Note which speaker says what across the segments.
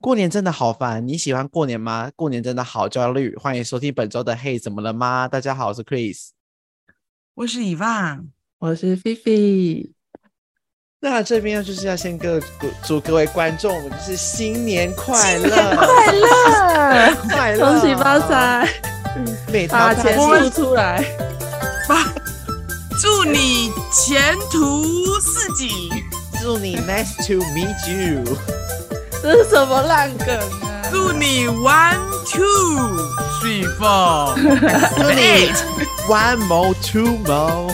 Speaker 1: 过年真的好烦，你喜欢过年吗？过年真的好焦虑。欢迎收听本周的《嘿，怎么了吗？》大家好，我是 Chris。
Speaker 2: 我是以望，
Speaker 3: 我是菲菲，
Speaker 1: 那这边就是要先各祝各位观众，我们就是新年快乐，
Speaker 3: 快乐，
Speaker 1: 快乐，
Speaker 3: 恭喜发！财，
Speaker 1: 每条
Speaker 3: 把
Speaker 1: 大
Speaker 3: 钱
Speaker 1: 路
Speaker 3: 吐出来，
Speaker 2: 爸，祝你前途似锦。
Speaker 1: 祝你 Nice to meet you，
Speaker 3: 这是什么烂梗啊？
Speaker 2: 祝你 one two three four
Speaker 1: 祝你
Speaker 2: eight
Speaker 1: one more two more，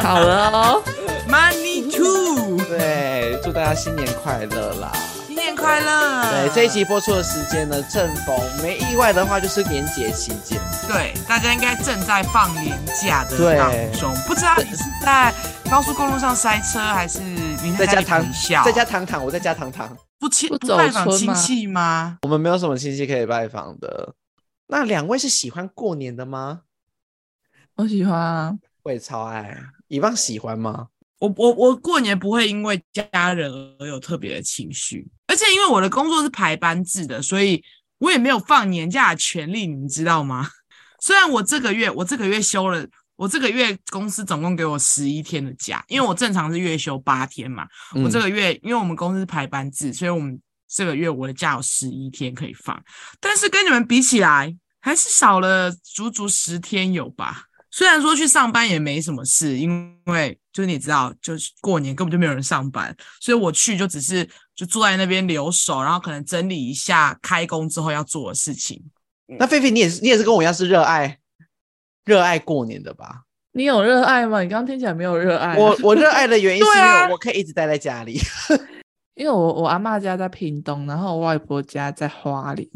Speaker 3: 好了哦，
Speaker 2: money two，
Speaker 1: 对，祝大家新年快乐啦！
Speaker 3: 啊
Speaker 2: 新年快乐！
Speaker 1: 对，这一集播出的时间呢，正逢没意外的话就是年节期间。
Speaker 2: 对大家应该正在放年假的
Speaker 1: 对
Speaker 2: 当中，不知道你是在高速公路上塞车，还是你
Speaker 1: 在家躺
Speaker 2: 一笑，
Speaker 1: 在家躺躺，我在家躺躺。
Speaker 2: 不亲
Speaker 3: 不
Speaker 2: 不
Speaker 3: 走
Speaker 2: 拜访
Speaker 3: 村
Speaker 2: 亲
Speaker 3: 吗
Speaker 2: 戚吗？
Speaker 1: 我们没有什么亲戚可以拜访的。那两位是喜欢过年的吗？
Speaker 3: 我喜欢啊，
Speaker 1: 我也超爱。以望喜欢吗？
Speaker 2: 我我我过年不会因为家人而有特别的情绪，而且因为我的工作是排班制的，所以我也没有放年假的权利，你们知道吗？ 虽然我这个月我这个月休了，我这个月公司总共给我十一天的假，因为我正常是月休八天嘛，我这
Speaker 1: 嗯
Speaker 2: 个月因为我们公司是排班制，所以我们这个月我的假有十一天可以放，但是跟你们比起来，还是少了足足十天有吧。虽然说去上班也没什么事，因为就是你知道，就是过年根本就没有人上班，所以我去就只是就坐在那边留守，然后可能整理一下开工之后要做的事情。
Speaker 1: 那菲菲，你也是，你也是跟我一样是热爱热爱过年的吧？
Speaker 3: 你有热爱吗？你刚刚听起来没有热爱啊、
Speaker 1: 我 我热爱的原因是因
Speaker 2: 对啊
Speaker 1: 为我可以一直待在家里。
Speaker 3: 因为我我阿嬷家在屏东，然后我外婆家在花莲，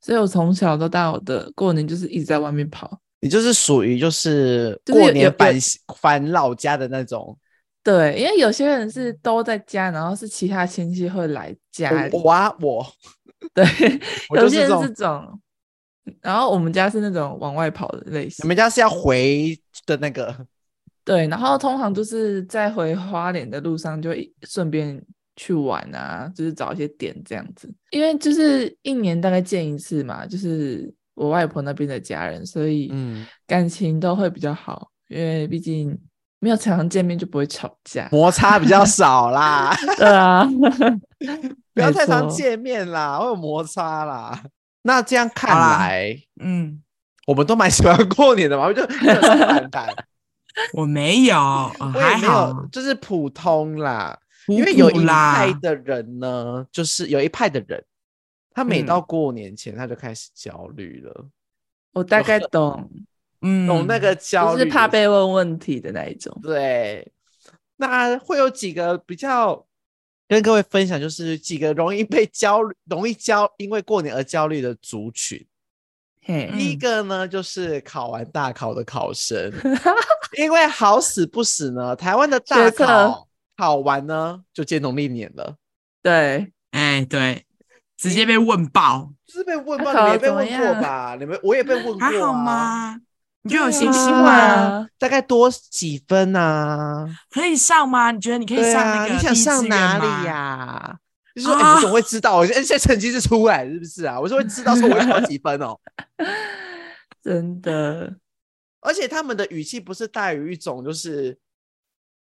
Speaker 3: 所以我从小到大我的过年就是一直在外面跑。
Speaker 1: 你就是属于就是
Speaker 3: 就是有
Speaker 1: 过年
Speaker 3: 有
Speaker 1: 返返老家的那种。
Speaker 3: 对，因为有些人是都在家，然后是其他亲戚会来家里。
Speaker 1: 我我啊我
Speaker 3: 对，
Speaker 1: 我
Speaker 3: 有
Speaker 1: 就是这
Speaker 3: 些人
Speaker 1: 种
Speaker 3: 是这种，然后我们家是那种往外跑的类型
Speaker 1: 你。们家是要回的那个，
Speaker 3: 对，然后通常就是在回花莲的路上，就一顺便去玩啊，就是找一些点这样子。因为就是一年大概见一次嘛，就是我外婆那边的家人，所以
Speaker 1: 嗯，
Speaker 3: 感情都会比较好，因为毕竟没有常常见面就不会吵架。
Speaker 1: 摩擦比较少啦，
Speaker 3: 对啊，
Speaker 1: 不要
Speaker 3: 没
Speaker 1: 太常
Speaker 3: 错
Speaker 1: 见面啦，会有摩擦啦。那这样看
Speaker 2: 好啦
Speaker 1: 来，
Speaker 2: 嗯，
Speaker 1: 我们都蛮喜欢过年的嘛，我 就热热淡淡，
Speaker 2: 我没有，呃
Speaker 1: 我也
Speaker 2: 还
Speaker 1: 没
Speaker 2: 好，
Speaker 1: 有，就是普通啦。
Speaker 2: 普
Speaker 1: 因为有
Speaker 2: 普
Speaker 1: 一
Speaker 2: 啦
Speaker 1: 派的人呢，就是有一派的人，他每
Speaker 2: 嗯
Speaker 1: 到过年前他就开始焦虑了，
Speaker 3: 我大概懂，
Speaker 2: 嗯，
Speaker 1: 懂那个 焦
Speaker 3: 就
Speaker 1: 虑
Speaker 3: 是
Speaker 1: 的
Speaker 3: 怕
Speaker 1: 是
Speaker 3: 被问问题的那一种。
Speaker 1: 对。那会有几个比较跟各位分享，就是几个容易被焦虑、容易焦因为过年而焦虑的族群。
Speaker 3: 嘿，
Speaker 1: 第一
Speaker 2: 嗯
Speaker 1: 个呢，就是考完大考的考 生，因为好死不死呢，台湾的大
Speaker 3: 学测
Speaker 1: 考考完呢，就接农历年了，
Speaker 3: 对，
Speaker 2: 哎，对，直接被问爆，
Speaker 1: 就是被问
Speaker 3: 他
Speaker 1: 过，
Speaker 3: 啊考
Speaker 1: 你
Speaker 3: 得
Speaker 1: 也被
Speaker 3: 怎么
Speaker 1: 问过
Speaker 3: 样
Speaker 1: 吧？你们我也被问过、啊，
Speaker 2: 还好？吗？你觉得有
Speaker 1: 对
Speaker 2: 信心
Speaker 1: 啊
Speaker 2: 吗？
Speaker 3: 哇，
Speaker 1: 大概多几分啊？
Speaker 2: 可以上吗？你觉得你可以
Speaker 1: 对
Speaker 2: 上
Speaker 1: 啊，
Speaker 2: 那个、
Speaker 1: 你想上哪里呀、、就说、哎，
Speaker 2: 啊
Speaker 1: 你怎么会知道？我说哎现在成绩是出来是不是啊？我说会知道说我会 考几分哦。
Speaker 3: 真的。
Speaker 1: 而且他们的语气不是带有一种就是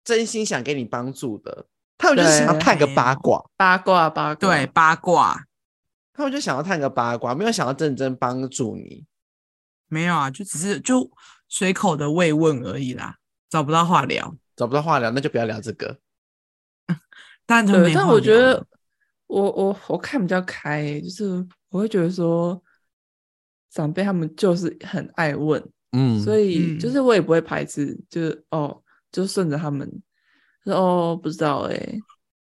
Speaker 1: 真心想给你帮助的，他们就是想要
Speaker 3: 对
Speaker 1: 探个八卦。
Speaker 3: 八卦八卦，
Speaker 2: 对，八卦
Speaker 1: 他们就想要探个八卦，没有想要认真帮助你。
Speaker 2: 没有啊，就只是就随口的慰问而已啦，找不到话聊，
Speaker 1: 找不到话聊，那就不要聊这个。
Speaker 2: 但他
Speaker 3: 对，
Speaker 2: 没
Speaker 3: 但
Speaker 2: 话
Speaker 3: 我觉
Speaker 2: 聊
Speaker 3: 得
Speaker 2: 了
Speaker 3: 我我我看比较开欸、就是我会觉得说，长辈他们就是很爱问，
Speaker 1: 嗯
Speaker 3: 所
Speaker 1: 以
Speaker 3: 以就
Speaker 2: 嗯
Speaker 3: 是我也不会排斥，就是哦，就顺着他们，说哦不知道哎、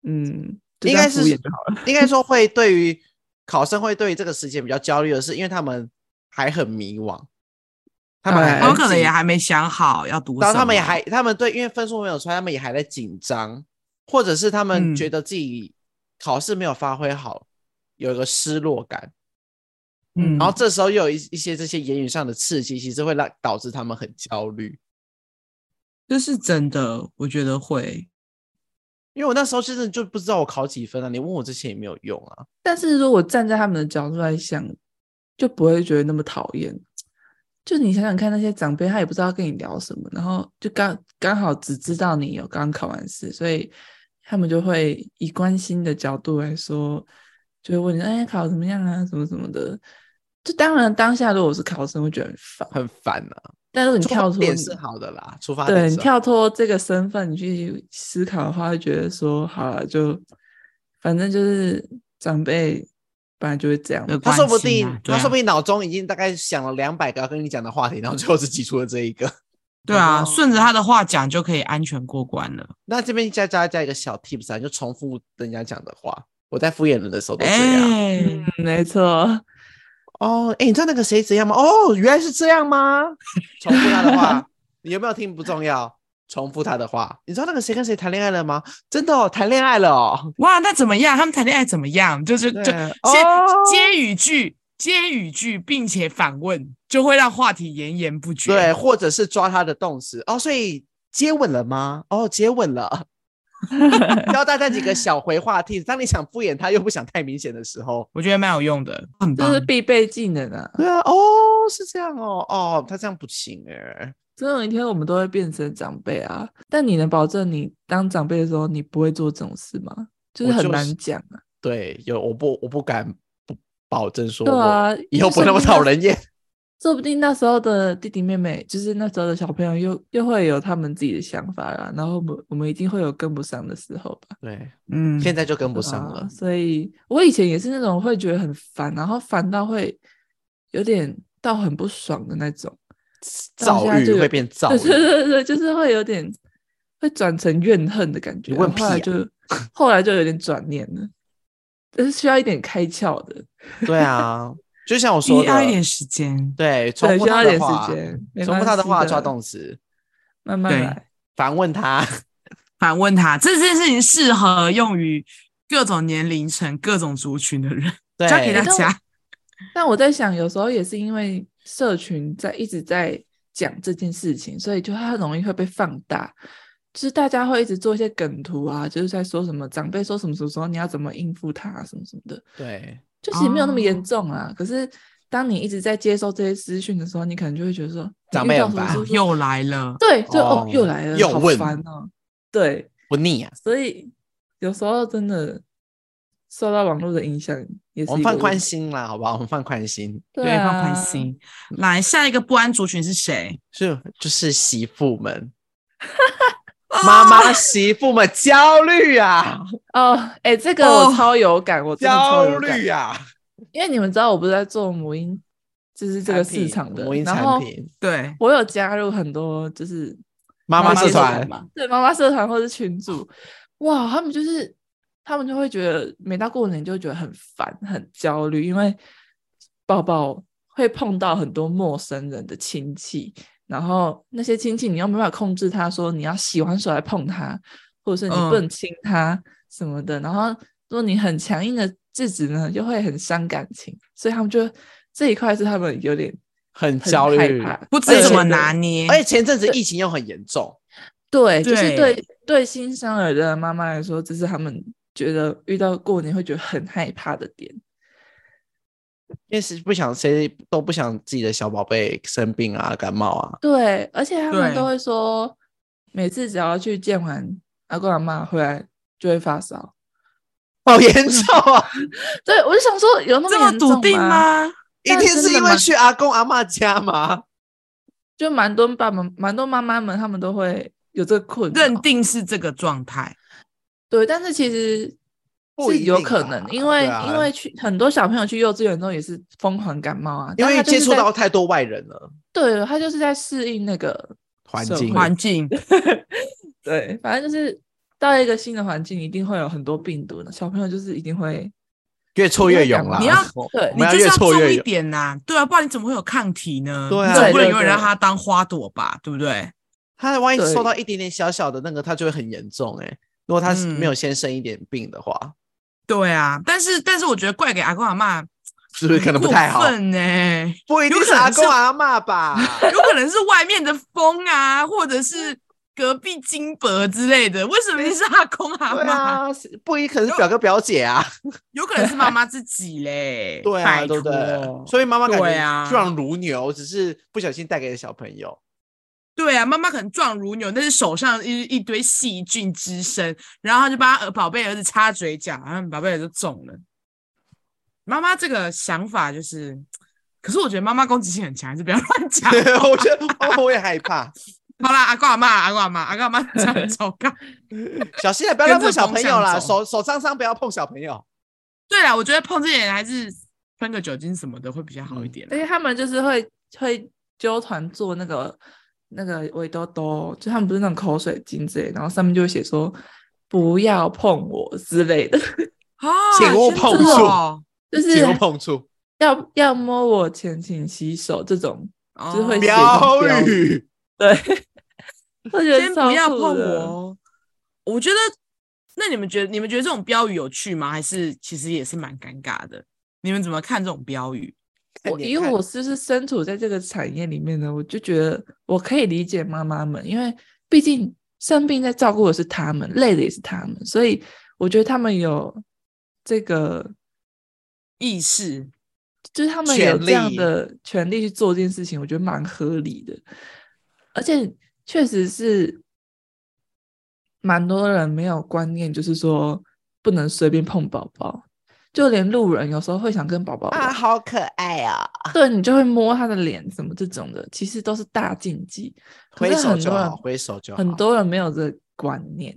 Speaker 3: 嗯，就
Speaker 1: 应
Speaker 3: 这样
Speaker 1: 该
Speaker 3: 敷
Speaker 1: 是
Speaker 3: 衍就好了
Speaker 1: 应该说会对于考生会对于这个时间比较焦虑的是，因为他们还很迷惘，他们
Speaker 3: 当
Speaker 1: 还
Speaker 3: 然
Speaker 1: 很
Speaker 2: 他们可能也
Speaker 1: 紧
Speaker 2: 还没想好要读什么，
Speaker 1: 然后他们也还，他们对，因为分数没有出来，他们也还在紧张，或者是他们
Speaker 2: 嗯
Speaker 1: 觉得自己考试没有发挥好，有一个失落感。
Speaker 2: 嗯，
Speaker 1: 然后这时候又有一一些这些言语上的刺激，其实会让导致他们很焦虑。
Speaker 2: 这是真的，我觉得会。
Speaker 1: 因为我那时候真的就不知道我考几分啊，你问我这些也没有用啊。
Speaker 3: 但是如果站在他们的角度来想，就不会觉得那么讨厌。就你想想看，那些长辈他也不知道跟你聊什么，然后就刚刚好只知道你有刚考完试，所以他们就会以关心的角度来说，就会问你：“哎，考得怎么样啊？什么什么的。”就当然当下如果我是考生，会觉得很烦。
Speaker 1: 很烦呐、啊。
Speaker 3: 但如果你
Speaker 1: 出
Speaker 3: 跳
Speaker 1: 发
Speaker 3: 出
Speaker 1: 点是好的啦，出发点
Speaker 3: 对你
Speaker 1: 是好
Speaker 3: 跳脱这个身份，你去思考的话，会觉得说好了，就反正就是长辈本来就会这样嘛。
Speaker 2: 的
Speaker 1: 他
Speaker 2: 关
Speaker 1: 说不
Speaker 2: 系
Speaker 1: 定，
Speaker 2: 啊对
Speaker 1: 他
Speaker 2: 啊
Speaker 1: 说不定脑中已经大概想了两百个要跟你讲的话题，然后最后只挤出了这一个。
Speaker 2: 对啊，
Speaker 3: 然后
Speaker 2: 顺着他的话讲就可以安全过关了。
Speaker 1: 那这边再加加一个小 tips 啊，就重复人家讲的话。我在敷衍人的时候都这样。
Speaker 2: 哎、
Speaker 3: 嗯，没错，
Speaker 1: 哦，哎，你知道那个谁怎样吗？哦，原来是这样吗？ 重复他的话， 你有没有听不重要，重复他的话。你知道那个谁跟谁谈恋爱了吗？真的哦，谈恋爱了哦。
Speaker 2: 哇，那怎么样？他们谈恋爱怎么样？就是就
Speaker 1: 对
Speaker 2: 接、
Speaker 1: 哦
Speaker 2: 接语句，接语句，并且反问，就会让话题延延不绝。
Speaker 1: 对，，或者是抓他的动词哦，所以接吻了吗？哦，接吻了。教大家几个小回话 t 当你想敷衍他又不想太明显的时候，
Speaker 2: 我觉得蛮有用的，很棒
Speaker 3: 这
Speaker 1: 嗯
Speaker 3: 是。必备技能啊！
Speaker 1: 对啊，哦，是这样哦，哦，他这样不行哎，
Speaker 3: 总有一天我们都会变成长辈啊。但你能保证你当长辈的时候，你不会做这种事吗？就是
Speaker 1: 我
Speaker 3: 很
Speaker 1: 就
Speaker 3: 难
Speaker 1: 是
Speaker 3: 讲啊。
Speaker 1: 对，有我不我不敢不保证说，
Speaker 3: 对啊，
Speaker 1: 以
Speaker 3: 就
Speaker 1: 后不
Speaker 3: 说
Speaker 1: 那么
Speaker 3: 定
Speaker 1: 讨
Speaker 3: 那
Speaker 1: 人厌。
Speaker 3: 说不定那时候的弟弟妹妹，就是那时候的小朋友又，又会有他们自己的想法啦。然后我们我们一定会有跟不上的时候吧。
Speaker 1: 对，
Speaker 2: 嗯，
Speaker 1: 现在就跟不上
Speaker 3: 啊
Speaker 1: 了。
Speaker 3: 所以我以前也是那种会觉得很烦，然后烦到会有点到很不爽的那种，到
Speaker 1: 躁
Speaker 3: 现在就
Speaker 1: 郁
Speaker 3: 有
Speaker 1: 会变躁
Speaker 3: 对对
Speaker 1: 郁，
Speaker 3: 对对，就是会有点会转成怨恨的感觉。啊
Speaker 1: 你问
Speaker 3: 后来
Speaker 1: 屁啊
Speaker 3: 就后来就有点转念了，但是需要一点开窍的，
Speaker 1: 对啊，就像我 说
Speaker 2: 需要一点
Speaker 1: 的，
Speaker 2: 时间。
Speaker 1: 对，重
Speaker 3: 对，
Speaker 1: 复
Speaker 3: 需要
Speaker 1: 他
Speaker 3: 一点
Speaker 1: 的
Speaker 3: 时
Speaker 1: 话，
Speaker 3: 间，没
Speaker 1: 重复他
Speaker 3: 关
Speaker 1: 的
Speaker 3: 系
Speaker 1: 话抓动词，
Speaker 3: 慢慢
Speaker 2: 对
Speaker 3: 来。
Speaker 1: 反问他。
Speaker 2: 反问他，这件事情适合用于各种年龄层、各种族群的人，
Speaker 1: 对，
Speaker 2: 教给大 家。
Speaker 3: 但我在想，有时候也是因为社群在一直在讲这件事情，所以就它很容易会被放大，就是大家会一直做一些梗图啊，就是在说什么长辈说什么什么时候你要怎么应付他、啊、什么什么的，
Speaker 1: 对，
Speaker 3: 就其实没有那么
Speaker 2: 哦
Speaker 3: 严重啊。可是当你一直在接受这些资讯的时候，你可能就会觉得说，哎
Speaker 1: 长辈很
Speaker 3: 很
Speaker 1: 烦啊
Speaker 2: 又来了，
Speaker 3: 对，就哦
Speaker 1: 哦
Speaker 3: 又来了，
Speaker 1: 又
Speaker 3: 好
Speaker 1: 问
Speaker 3: 烦哦，对，
Speaker 1: 不腻啊。
Speaker 3: 所以有时候真的受到网络的影响也是
Speaker 1: 我们
Speaker 3: 一个
Speaker 1: 放宽
Speaker 3: 问题，
Speaker 1: 心啦，好不好？我们放宽心，
Speaker 3: 对
Speaker 2: 对，放宽
Speaker 3: 啊。
Speaker 2: 心。来，下一个不安族群是谁？
Speaker 1: 是就是媳妇 们，妈妈媳妇们焦虑啊，
Speaker 3: 哦，哎、这个我
Speaker 2: 哦
Speaker 3: 超有感，我真的超
Speaker 1: 焦
Speaker 3: 有感
Speaker 1: 虑，啊，
Speaker 3: 因为你们知道我不是在做母婴，就是这个
Speaker 1: 产品
Speaker 3: 市场的
Speaker 1: 母婴，
Speaker 3: 然
Speaker 1: 产
Speaker 3: 后
Speaker 1: 品，
Speaker 2: 对，
Speaker 3: 我有加入很多就是
Speaker 1: 妈妈
Speaker 3: 妈
Speaker 1: 社团，
Speaker 3: 嘛，对妈妈社团或是群组，哇，他们就是他们就会觉得每到过年就觉得很烦很焦虑，因为宝宝会碰到很多陌生人的亲戚，然后那些亲戚你又没办法控制他说你要洗完手来碰他，或者是你不
Speaker 2: 嗯
Speaker 3: 能亲他什么的，然后如果你很强硬的制止呢，又会很伤感情，所以他们就这一块是他们有点
Speaker 1: 很
Speaker 3: 很
Speaker 1: 焦
Speaker 3: 害
Speaker 1: 虑，
Speaker 3: 怕
Speaker 2: 不
Speaker 1: 而
Speaker 2: 知
Speaker 1: 且
Speaker 2: 怎么
Speaker 1: 前
Speaker 2: 拿捏。
Speaker 1: 而且前阵子疫情又很严重，
Speaker 3: 对，就是
Speaker 2: 对
Speaker 3: 对对新生儿的妈妈来说，这是他们觉得遇到过年会觉得很害怕的点。
Speaker 1: 因为是不想谁都不想自己的小宝贝生病啊、感冒啊，
Speaker 3: 对，而且他们
Speaker 2: 对
Speaker 3: 都会说，每次只要去见完阿公阿妈回来就会发烧。
Speaker 1: 好严重啊！
Speaker 3: 对，我就想说，有那
Speaker 2: 这
Speaker 3: 么
Speaker 2: 么
Speaker 3: 严
Speaker 2: 笃
Speaker 3: 重
Speaker 2: 定
Speaker 3: 吗？
Speaker 2: 吗？
Speaker 1: 一
Speaker 3: 但
Speaker 1: 定
Speaker 3: 真
Speaker 1: 是
Speaker 3: 的
Speaker 1: 因为
Speaker 3: 蛮
Speaker 1: 去阿公阿妈家吗？
Speaker 3: 就蛮多爸爸、蛮多妈妈们，他们都会有这个困
Speaker 2: 认
Speaker 3: 扰。
Speaker 2: 定是这个状态。
Speaker 3: 对，但是其实
Speaker 1: 不
Speaker 3: 是
Speaker 1: 一
Speaker 3: 有
Speaker 1: 定
Speaker 3: 可
Speaker 1: 啦
Speaker 3: 能，因
Speaker 1: 对
Speaker 3: 为、
Speaker 1: 啊
Speaker 3: 因为去很多小朋友去幼稚园之后也是疯狂感冒啊，
Speaker 1: 因
Speaker 3: 但
Speaker 1: 为
Speaker 3: 他就
Speaker 1: 接
Speaker 3: 是
Speaker 1: 触
Speaker 3: 在
Speaker 1: 到太多外人了，
Speaker 3: 对他就是在适应那个
Speaker 1: 环
Speaker 3: 社
Speaker 1: 境
Speaker 3: 会
Speaker 2: 环境，
Speaker 3: 对， 反正就是到一个新的环境，一定会有很多病毒的。小朋友就是一定会
Speaker 1: 越挫越勇啦。
Speaker 2: 你要
Speaker 3: 对
Speaker 1: 我
Speaker 2: 你
Speaker 1: 们要
Speaker 2: 就
Speaker 1: 越
Speaker 2: 是要
Speaker 1: 挫
Speaker 2: 重
Speaker 1: 越
Speaker 2: 一
Speaker 1: 勇
Speaker 2: 点呐、对啊，不然你怎么会有抗体呢？
Speaker 1: 对啊
Speaker 2: 你总不能
Speaker 3: 对
Speaker 2: 永远
Speaker 3: 对
Speaker 2: 让它当花朵吧，对不对？
Speaker 1: 他万一
Speaker 3: 对
Speaker 1: 受到一点点小小的那个，他就会很严重哎、如果他是没有先生一点病的话，
Speaker 2: 对啊，但是但是我觉得怪给阿公阿妈
Speaker 1: 是不是可能不太好？
Speaker 2: 呢、
Speaker 1: 不一定
Speaker 2: 有
Speaker 1: 是
Speaker 2: 可能
Speaker 1: 阿公
Speaker 2: 是
Speaker 1: 阿妈吧？
Speaker 2: 有可能是外面的风啊，或者是隔壁金箔之类的。为什么是阿公阿
Speaker 1: 对
Speaker 2: 妈？
Speaker 1: 啊，是不一定可能是表哥表姐啊，
Speaker 2: 有可能是妈妈自己嘞。
Speaker 1: 对啊，
Speaker 2: 拜
Speaker 1: 对
Speaker 2: 托，
Speaker 1: 不对？所以妈妈感
Speaker 2: 对
Speaker 1: 觉
Speaker 2: 啊
Speaker 1: 壮如牛，只是不小心带给了小朋友。
Speaker 2: 对啊，妈妈可能壮如牛，但是手上一一堆细菌滋生，然后她就帮她儿宝贝儿子擦嘴角，然后宝贝儿子就中了。妈妈这个想法就是，可是我觉得妈妈攻击性很强，还是不要 乱讲。
Speaker 1: 我觉得哦，我也害怕，
Speaker 2: 好啦，阿公阿妈，阿公阿妈，阿公阿妈这样走干。
Speaker 1: 小心点，不要乱碰小朋友啦，
Speaker 2: 跟着风向走
Speaker 1: 手手脏脏，不要碰小朋友。
Speaker 2: 对啦，我觉得碰这点还是喷个酒精什么的会比较好一点啦。
Speaker 3: 而且他们就是会会纠团做那个那个围兜兜，就他们不是那种口水巾之类，然后上面就会写说不要碰我之类的，
Speaker 2: 哦，
Speaker 1: 请勿
Speaker 2: 真的
Speaker 1: 碰触
Speaker 2: 哦
Speaker 3: 就是
Speaker 1: 请勿碰触，
Speaker 3: 要要摸我前请洗手这种，就是会
Speaker 2: 哦
Speaker 3: 写
Speaker 1: 标语。
Speaker 3: 对，我觉得
Speaker 2: 先不
Speaker 3: 超
Speaker 2: 要
Speaker 3: 酷
Speaker 2: 碰我
Speaker 3: 的
Speaker 2: 哦。我觉得，那你们觉得你们觉得这种标语有趣吗？还是其实也是蛮尴尬的？你们怎么看这种标语？
Speaker 1: 看
Speaker 3: 我
Speaker 1: 你
Speaker 3: 因为
Speaker 1: 看
Speaker 3: 我就是身处在这个产业里面呢，我就觉得我可以理解妈妈们，因为毕竟生病在照顾的是他们，累的也是他们，所以我觉得他们有这个，
Speaker 2: 意识
Speaker 3: 就是他们有
Speaker 1: 权
Speaker 3: 这样
Speaker 1: 利
Speaker 3: 的权利去做这件事情，我觉得蛮合理的，而且确实是蛮多人没有观念，就是说不能随便碰宝宝，就连路人有时候会想跟宝宝玩
Speaker 1: 啊，好可爱啊！
Speaker 3: 对你就会摸他的脸什么这种的，其实都是大禁忌。可
Speaker 1: 挥
Speaker 3: 是
Speaker 1: 手
Speaker 3: 很
Speaker 1: 就
Speaker 3: 多人
Speaker 1: 好，挥手就好。
Speaker 3: 很多人没有这个观念，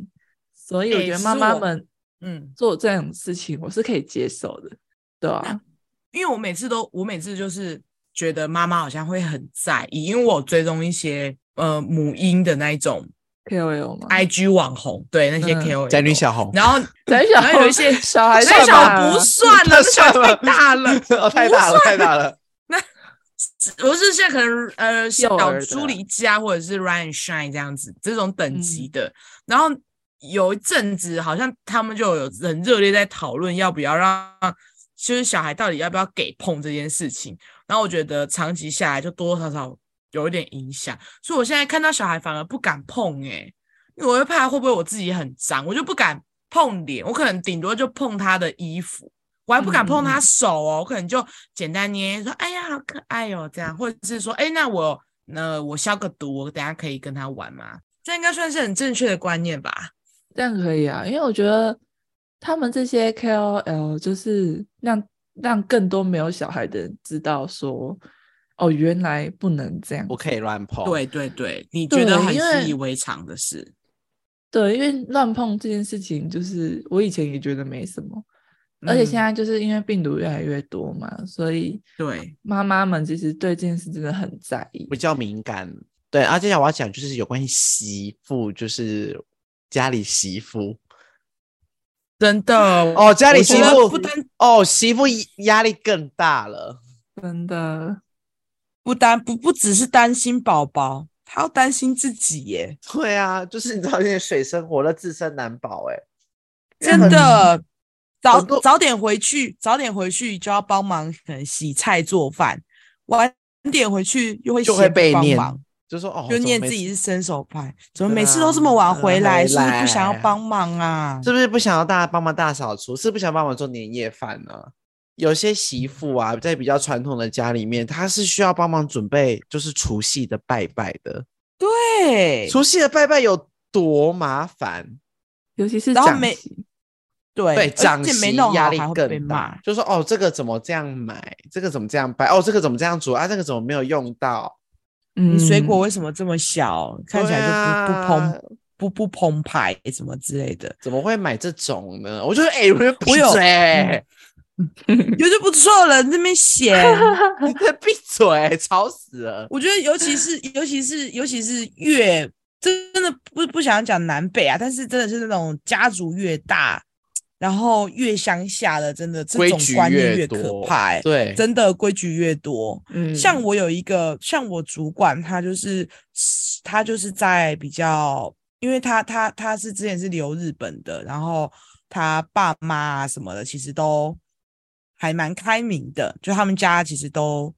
Speaker 3: 所以我
Speaker 2: 欸
Speaker 3: 觉得
Speaker 2: 其
Speaker 3: 妈
Speaker 2: 实
Speaker 3: 妈
Speaker 2: 我
Speaker 3: 们
Speaker 2: 嗯，
Speaker 3: 做这种事情，我是可以接受的，对啊，
Speaker 2: 因为我每次都，我每次就是觉得妈妈好像会很在意，因为我有追踪一些呃母婴的那一种
Speaker 3: KOL
Speaker 1: 哎
Speaker 3: 嘛，
Speaker 2: IG 网红，对那些
Speaker 3: 嗯
Speaker 2: KOL，、
Speaker 1: 宅女，小红，
Speaker 2: 然后
Speaker 3: 咱
Speaker 2: 然后
Speaker 3: 小
Speaker 2: 有一些
Speaker 3: 小孩
Speaker 2: 那
Speaker 3: 太
Speaker 2: 小
Speaker 3: 大
Speaker 2: 不
Speaker 1: 啊
Speaker 3: 了
Speaker 2: 算了，那小
Speaker 1: 算了
Speaker 2: 太 大了，
Speaker 1: 哦，太大了，太大了。
Speaker 2: 我是现在可能呃
Speaker 3: 幼
Speaker 2: 小
Speaker 3: 儿的
Speaker 2: 朱离家或者是 Ryan Shine 这样子这种等级
Speaker 3: 嗯
Speaker 2: 的，然后有一阵子好像他们就有很热烈在讨论要不要让，就是小孩到底要不要给碰这件事情，然后我觉得长期下来就多多少少有一点影响，所以我现在看到小孩反而不敢碰诶、因为我会怕会不会我自己很脏，我就不敢碰脸，我可能顶多就碰他的衣服，我还不敢碰
Speaker 3: 嗯嗯
Speaker 2: 他手哦，我可能就简单捏说，哎呀，好可爱哦，这样，或者是说，哎，那我那我消个毒，我等下可以跟他玩吗？这应该算是很正确的观念吧？
Speaker 3: 这样可以啊，因为我觉得他们这些 KOL 就是让让更多没有小孩的人知道说，哦，原来不能这样
Speaker 1: 不可以乱碰。
Speaker 2: 对对对，你觉得
Speaker 3: 哦对
Speaker 2: 很
Speaker 3: 因为
Speaker 2: 习以为常的事，
Speaker 3: 对，因为乱碰这件事情，就是我以前也觉得没什么，而且现
Speaker 2: 嗯
Speaker 3: 在就是因为病毒越来越多嘛，所以
Speaker 2: 对
Speaker 3: 妈妈们其实对这件事真的很在意
Speaker 1: 比。较敏感。对，啊，接下来我要讲就是有关于媳妇，就是家里媳妇
Speaker 2: 真的
Speaker 1: 哦，家里
Speaker 2: 我觉
Speaker 1: 媳
Speaker 2: 得
Speaker 1: 妇
Speaker 2: 不单
Speaker 1: 哦，媳妇压力更大了。
Speaker 3: 真的，
Speaker 2: 不单不不只是担心宝宝，他要担心自己耶，
Speaker 1: 对啊，就是你知道，现在水深火热，自身难保、欸。
Speaker 2: 真的。早
Speaker 1: 很多
Speaker 2: 早点回去，早点回去就要帮忙，可能洗菜做饭；晚点回去又会
Speaker 1: 就会
Speaker 2: 嫌不
Speaker 1: 被
Speaker 2: 帮
Speaker 1: 念
Speaker 2: 忙
Speaker 1: 就说哦，
Speaker 2: 就
Speaker 1: 怎么
Speaker 2: 念
Speaker 1: 每
Speaker 2: 自己
Speaker 1: 次，
Speaker 2: 是伸手牌，怎么
Speaker 1: 对
Speaker 2: 每次都这么
Speaker 1: 啊
Speaker 2: 晚
Speaker 1: 怎么
Speaker 2: 回
Speaker 1: 回
Speaker 2: 来？是不是不想要
Speaker 1: 来
Speaker 2: 帮忙啊？
Speaker 1: 是不是不想要大家帮忙大扫除？是不想帮忙做年夜饭呢、有些媳妇啊，在比较传统的家里面，她是需要帮忙准备，就是除夕的拜拜的。
Speaker 2: 对
Speaker 1: 除夕的拜拜有多麻烦？
Speaker 3: 尤其是
Speaker 2: 然后
Speaker 3: 长
Speaker 2: 没
Speaker 3: 期，
Speaker 2: 对
Speaker 1: 对，
Speaker 2: 而
Speaker 1: 长
Speaker 2: 且没
Speaker 1: 媳
Speaker 2: 弄好
Speaker 1: 压力
Speaker 2: 还会被
Speaker 1: 更
Speaker 2: 骂
Speaker 1: 大。。就说哦，这个怎么这样买？这个怎么这样掰？哦，这个怎么这样煮啊？这个怎么没有用到？
Speaker 3: 嗯，
Speaker 2: 你水果为什么这 么小？看起来就不不
Speaker 1: 对啊
Speaker 2: 澎不不澎湃什么之类的，
Speaker 1: 怎么会买这种呢？我就说，哎、我就闭
Speaker 2: 有
Speaker 1: 嘴，
Speaker 2: 有就不错了。那边写，
Speaker 1: 你在闭嘴，吵死了。
Speaker 2: 我觉得尤其是 尤其是尤其是越真的不不想讲南北啊，但是真的是那种家族越大，然后越乡下的，真的这
Speaker 1: 规
Speaker 2: 种
Speaker 1: 矩
Speaker 2: 观念
Speaker 1: 越
Speaker 2: 越可
Speaker 1: 多
Speaker 2: 怕、欸，
Speaker 1: 对，
Speaker 2: 真的规矩越多。
Speaker 3: 嗯，
Speaker 2: 像我有一个，像我主管，他就是他就是在比较，因为他他他是之前是留日本的，然后他爸妈啊什么的，其实都还蛮开明的，就他们家其实都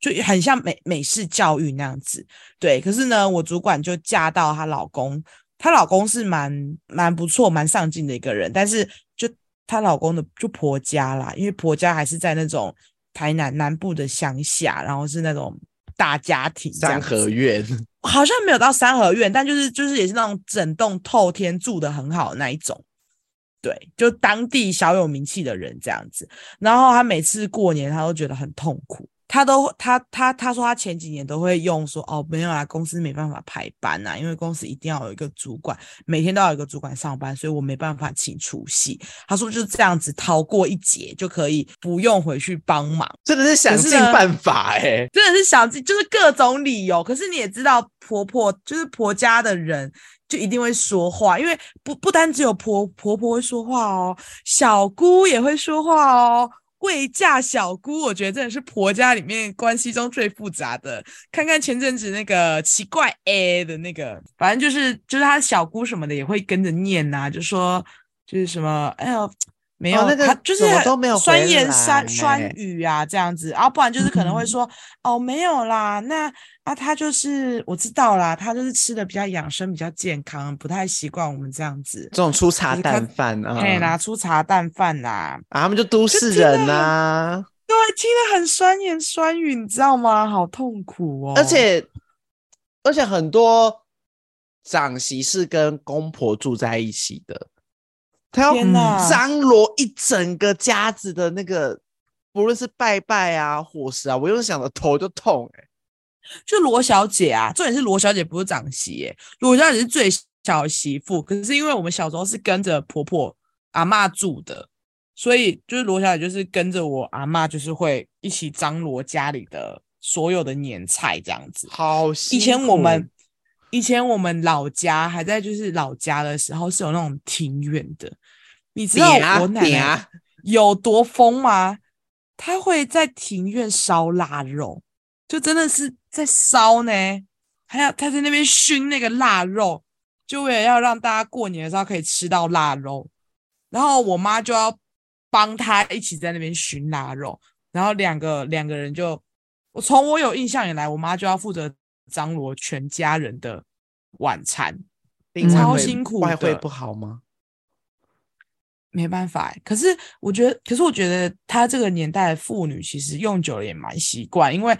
Speaker 2: 就很像美美式教育那样子。对，可是呢，我主管就嫁到她老公，她老公是蛮蛮不错、蛮上进的一个人，但是就她老公的就婆家啦，因为婆家还是在那种台南南部的乡下，然后是那种大家庭这样
Speaker 1: 三
Speaker 2: 子
Speaker 1: 合院，
Speaker 2: 好像没有到三合院，但就是就是也是那种整栋透天住的很好的那一种，对，就当地小有名气的人这样子。然后他每次过年他都觉得很痛苦，他都他他他说他前几年都会用说哦没有啦，公司没办法排班啊呐、因为公司一定要有一个主管，每天都要有一个主管上班，所以我没办法请除夕。他说就这样子逃过一劫就可以不用回去帮忙。
Speaker 1: 真的是想
Speaker 2: 可是
Speaker 1: 尽
Speaker 2: 呢
Speaker 1: 办法哎。
Speaker 2: 真的是想尽就是各种理由。可是你也知道，婆婆就是婆家的人，就一定会说话，因为不不单只有婆婆婆会说话哦，小姑也会说话哦。贵嫁小姑，我觉得真的是婆家里面关系中最复杂的。看看前阵子那个奇 怪 A 的那个，反正就是就是他小姑什么的也会跟着念呐、就说就是什么，哎呦。没有，
Speaker 1: 哦那个
Speaker 2: 他就是
Speaker 1: 怎么都没有
Speaker 2: 酸
Speaker 1: 回
Speaker 2: 言
Speaker 1: 来哎
Speaker 2: 酸酸语啊，这样子，啊，不然就是可能会
Speaker 1: 嗯
Speaker 2: 说，哦，没有啦，那啊，他就是我知道啦，他就是吃的比较养生，比较健康，不太习惯我们这样子
Speaker 1: 这。种粗茶
Speaker 2: 你看
Speaker 1: 淡饭啊，
Speaker 2: 哎、拿出茶淡饭啦，
Speaker 1: 啊，他们就都市人啊呐、
Speaker 2: 对，听得很酸言酸语，你知道吗？好痛苦哦。
Speaker 1: 而且而且很多长媳是跟公婆住在一起的，他要嗯
Speaker 2: 天哪，
Speaker 1: 张罗一整个家子的那个，不论是拜拜啊、伙食啊，我又想着头就痛哎、
Speaker 2: 就罗小姐啊，重点是罗小姐不是长媳耶，罗小姐是最小的媳妇。可是因为我们小时候是跟着婆婆阿嬷住的，所以就是罗小姐就是跟着我阿嬷，就是会一起张罗家里的所有的年菜这样子。
Speaker 1: 好
Speaker 2: 以
Speaker 1: 辛
Speaker 2: 前我
Speaker 1: 苦
Speaker 2: 们以前我们老家还在就是老家的时候是有那种庭院的，你知道
Speaker 1: 嗲
Speaker 2: 我奶奶
Speaker 1: 嗲
Speaker 2: 有多疯吗？她会在庭院烧腊肉，就真的是在烧呢，还有她在那边熏那个腊肉，就为了要让大家过年的时候可以吃到腊肉，然后我妈就要帮她一起在那边熏腊肉，然后两个两个人就，我从我有印象以来，我妈就要负责张罗全家人的晚餐，
Speaker 1: 另外
Speaker 3: 超
Speaker 1: 会
Speaker 2: 辛苦
Speaker 1: 外汇
Speaker 2: 的
Speaker 1: 不好吗？
Speaker 2: 没办法欸。可是我觉得，可是我觉得她这个年代的妇女其实用久了也蛮习惯，因为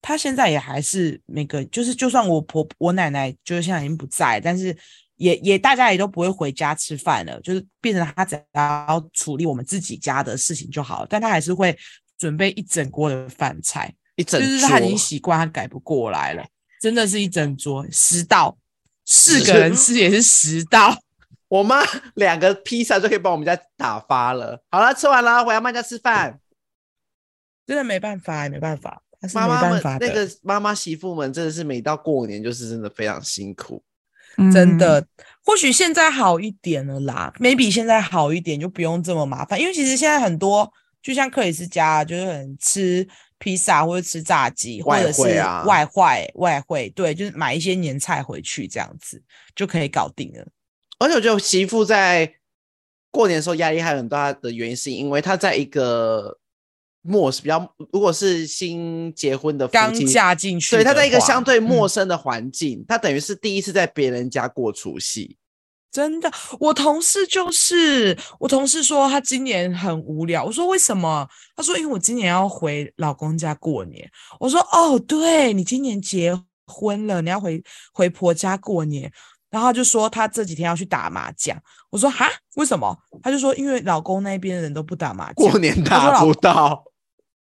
Speaker 2: 她现在也还是每个，就是就算我婆我奶奶就是现在已经不在，但是也也大家也都不会回家吃饭了，就是变成她只要处理我们自己家的事情就好了，但她还是会准备一整锅的饭菜。
Speaker 1: 一整
Speaker 2: 就是他已经
Speaker 1: 桌
Speaker 2: 习惯，他改不过来了。真的是一整桌十道，四个人吃也是十道。
Speaker 1: 我妈 两个披萨就可以把我们家打发了。好了，吃完了，回阿妈家吃饭。
Speaker 2: 真的没办法，欸没办法，他是没
Speaker 1: 妈妈
Speaker 2: 办
Speaker 1: 们
Speaker 2: 法的。
Speaker 1: 那个妈妈媳妇们真的是每到过年就是真的非常辛苦。
Speaker 2: 真
Speaker 3: 嗯
Speaker 2: 的，或许现在好一点了啦，maybe 现在好一点就不用这么麻烦，因为其实现在很多，就像克里斯家，就是很吃披萨或者吃炸鸡，或
Speaker 1: 外
Speaker 2: 者是
Speaker 1: 汇啊
Speaker 2: 外汇外汇，对，就是买一些年菜回去这样子就可以搞定了。
Speaker 1: 而且我觉得媳妇在过年的时候压力还很大的原因，是因为她在一个陌比较，如果是新结婚的夫
Speaker 2: 刚
Speaker 1: 妻
Speaker 2: 嫁进
Speaker 1: 所
Speaker 2: 去的话，
Speaker 1: 以她在一个相对陌
Speaker 2: 嗯
Speaker 1: 生的环境，她等于是第一次在别人家过除夕。
Speaker 2: 真的，我同事就是我同事说他今年很无聊。我说为什么？他说因为我今年要回老公家过年。我说哦，对你今年结婚了，你要回回婆家过年。然后他就说他这几天要去打麻将。我说哈，为什么？他就说因为老公那边的人都不打麻将
Speaker 1: 过，年
Speaker 2: 她说
Speaker 1: 打
Speaker 2: 老
Speaker 1: 不到，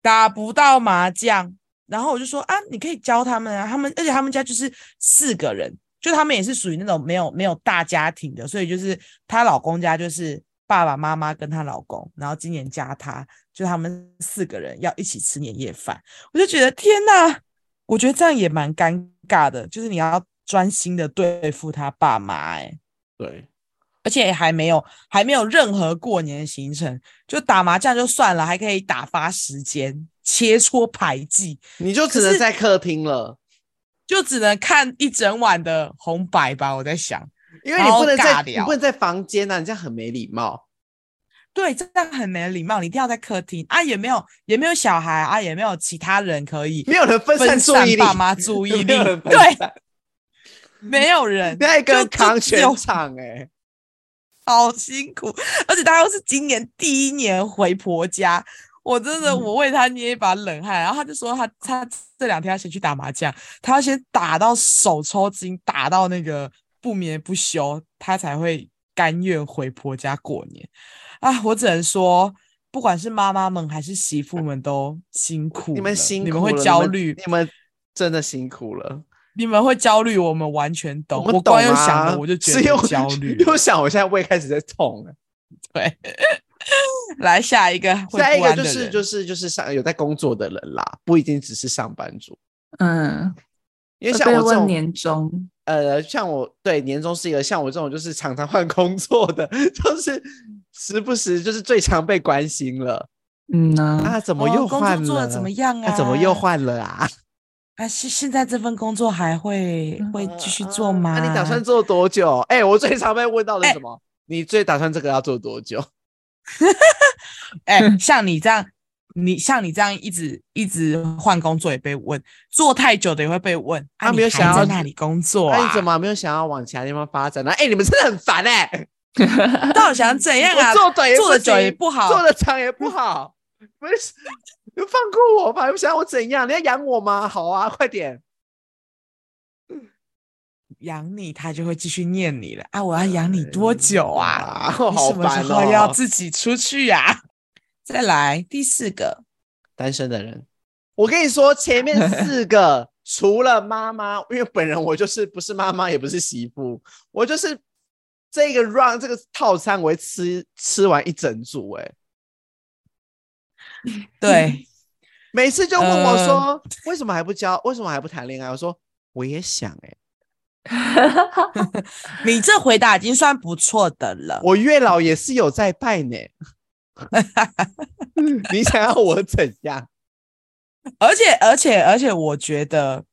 Speaker 2: 打不到麻将。然后我就说啊，你可以教他们啊，他们而且他们家就是四个人，就他们也是属于那种没有没有大家庭的，所以就是她老公家就是爸爸妈妈跟她老公，然后今年加她，就他们四个人要一起吃年夜饭，我就觉得天呐，我觉得这样也蛮尴尬的，就是你要专心的对付他爸妈、欸，哎，
Speaker 1: 对，
Speaker 2: 而且还没有还没有任何过年的行程，就打麻将就算了，还可以打发时间，切磋牌技，
Speaker 1: 你就只能在客厅了，
Speaker 2: 就只能看一整晚的红白吧。我在想，
Speaker 1: 因为你不能
Speaker 2: 然
Speaker 1: 在
Speaker 2: 后尬
Speaker 1: 你
Speaker 2: 聊
Speaker 1: 不能在房间啊，你这样很没礼貌。
Speaker 2: 对，这样很没礼貌，你一定要在客厅啊，也没有也没有小孩啊，也没有其他人可以
Speaker 1: 没有人分散
Speaker 2: 分
Speaker 1: 注
Speaker 2: 散
Speaker 1: 意力，
Speaker 2: 爸妈注意力，
Speaker 1: 没有人分
Speaker 2: 对，
Speaker 1: 散，
Speaker 2: 没有人
Speaker 1: 你，要一个人
Speaker 2: 就
Speaker 1: 扛
Speaker 2: 就只
Speaker 1: 全
Speaker 2: 有
Speaker 1: 场哎，
Speaker 2: 好辛苦，而且他又是今年第一年回婆家，我真
Speaker 1: 嗯
Speaker 2: 的我为他捏一把冷汗。然后他就说他他这两天要先去打麻将，他要先打到手抽筋，打到那个不眠不休，他才会甘愿回婆家过年。啊，我只能说，不管是妈妈们还是媳妇们都辛苦了，
Speaker 1: 你们辛苦
Speaker 2: 嗯你
Speaker 1: 了，
Speaker 2: 们会焦虑，
Speaker 1: 你们真的辛苦了。
Speaker 2: 你们会焦虑，我们完全懂。
Speaker 1: 们懂
Speaker 2: 光用
Speaker 1: 啊，
Speaker 2: 想了我就觉
Speaker 1: 是又
Speaker 2: 得焦 虑了。
Speaker 1: 又想我现在胃开始在痛了。
Speaker 2: 对，来下一个会
Speaker 1: 下一
Speaker 2: 不
Speaker 1: 个
Speaker 2: 安
Speaker 1: 就
Speaker 2: 的
Speaker 1: 是
Speaker 2: 人
Speaker 1: 就是就是上有在工作的人啦，不一定只是上班族，
Speaker 3: 嗯，
Speaker 1: 因为
Speaker 3: 会
Speaker 1: 像
Speaker 3: 被
Speaker 1: 我这
Speaker 3: 问
Speaker 1: 种
Speaker 3: 年终，
Speaker 1: 呃，像我对年终是一个像我这种就是常常换工作的， 就是
Speaker 2: 嗯
Speaker 1: 时不时就是最常被关心了。
Speaker 3: 嗯呢、
Speaker 1: 啊，怎么
Speaker 2: 哦
Speaker 1: 又
Speaker 2: 工
Speaker 1: 换
Speaker 2: 作
Speaker 1: 了？
Speaker 2: 做的怎么样啊？
Speaker 1: 啊？怎么又？换了啊？
Speaker 2: 啊，现现在这份工作还会 会继续做吗？
Speaker 1: 啊那、你打算做多久？哎、我最常被问到的是
Speaker 2: 哎
Speaker 1: 什么？你最打算这个要做多久？
Speaker 2: 哎、像你这样，你像你这样一直一直换工作也被问，做太久的也会被问。啊，
Speaker 1: 他没有
Speaker 2: 你还
Speaker 1: 想要
Speaker 2: 在那里工作、
Speaker 1: 那、
Speaker 2: 啊，
Speaker 1: 你怎么没有想要往其他地方发展呢、哎、你们真的很烦哎、
Speaker 2: 到底想 怎样啊？
Speaker 1: 我做短也
Speaker 2: 做
Speaker 1: 不
Speaker 2: 的久
Speaker 1: 行
Speaker 2: 也不好，
Speaker 1: 做的长也不好， 不是，你放过我吧！你想要我怎样？你要养我吗？好啊，快点！
Speaker 2: 养你，他就会继续念你了啊！我要养你多久啊？
Speaker 1: 哇，
Speaker 2: 你
Speaker 1: 好
Speaker 2: 什么时
Speaker 1: 烦
Speaker 2: 候
Speaker 1: 哦！
Speaker 2: 要自己出去呀、啊？再来第四个，
Speaker 1: 单身的人，我跟你说，前面四个除了妈妈，因为本人我就是不是妈妈，也不是媳妇，我就是这个 round 这个套餐，我会吃吃完一整组、欸。哎，
Speaker 2: 对，
Speaker 1: 每次就问我
Speaker 2: 呃
Speaker 1: 说，为什么还不交？为什么还不谈恋爱？我说我也想、欸，哎，
Speaker 2: 你这回答已经算不错的了。
Speaker 1: 我月老也是有在拜 呢。你想要我怎 样？
Speaker 2: 而且而且而且，我觉得